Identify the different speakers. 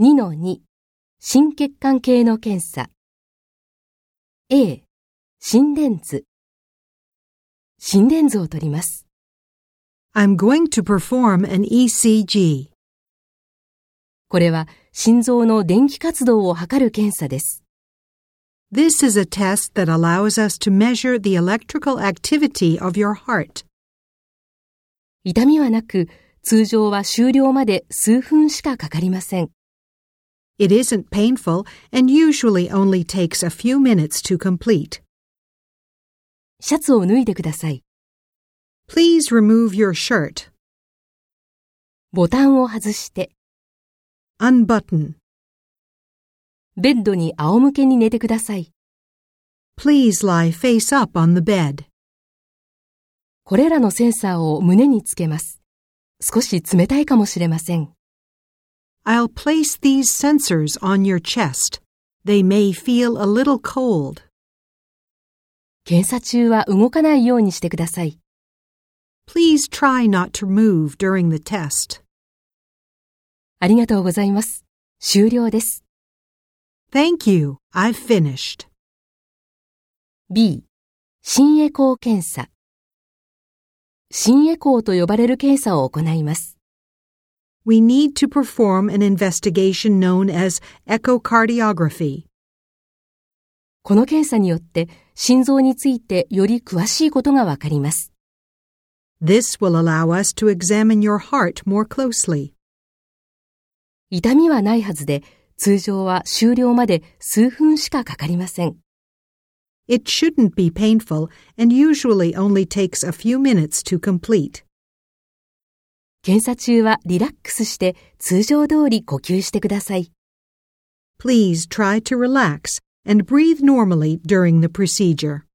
Speaker 1: 2-2心血管系の検査 A 心電図心電図を取ります
Speaker 2: I'm going to perform an E ECG.
Speaker 1: これは心臓の電気活動を測る検査です
Speaker 2: This is a test that allows us to measure the electrical activity of your heart.
Speaker 1: 痛みはなく通常は終了まで数分しかかかりません
Speaker 2: It isn't painful and usually only takes a few minutes to complete.
Speaker 1: シャツを脱いでください
Speaker 2: Please remove your shirt.
Speaker 1: ボタンを外して
Speaker 2: Unbutton.
Speaker 1: ベッドに仰向けに寝てください
Speaker 2: Please lie face up on the bed.
Speaker 1: これらのセンサーを胸につけます少し冷たいかもしれません
Speaker 2: I'll place these sensors on your chest. They may feel a little cold.
Speaker 1: 検査中は動かないようにしてください
Speaker 2: Please try not to move during the test.
Speaker 1: ありがとうございます終了です
Speaker 2: Thank you. I've finished.
Speaker 1: B、心エコー検査。心エコーと呼ばれる検査を行います。
Speaker 2: We need to perform an investigation known as echocardiography.
Speaker 1: この検査によって心臓についてより詳しいことがわかります。
Speaker 2: This will allow us to examine your heart more closely.
Speaker 1: 痛みはないはずで、通常は終了まで数分しかかかりません。
Speaker 2: It shouldn't be painful and usually only takes a few minutes to complete.
Speaker 1: 検査中はリラックスして通常通り呼吸してください。
Speaker 2: Please try to relax and breathe normally during the procedure.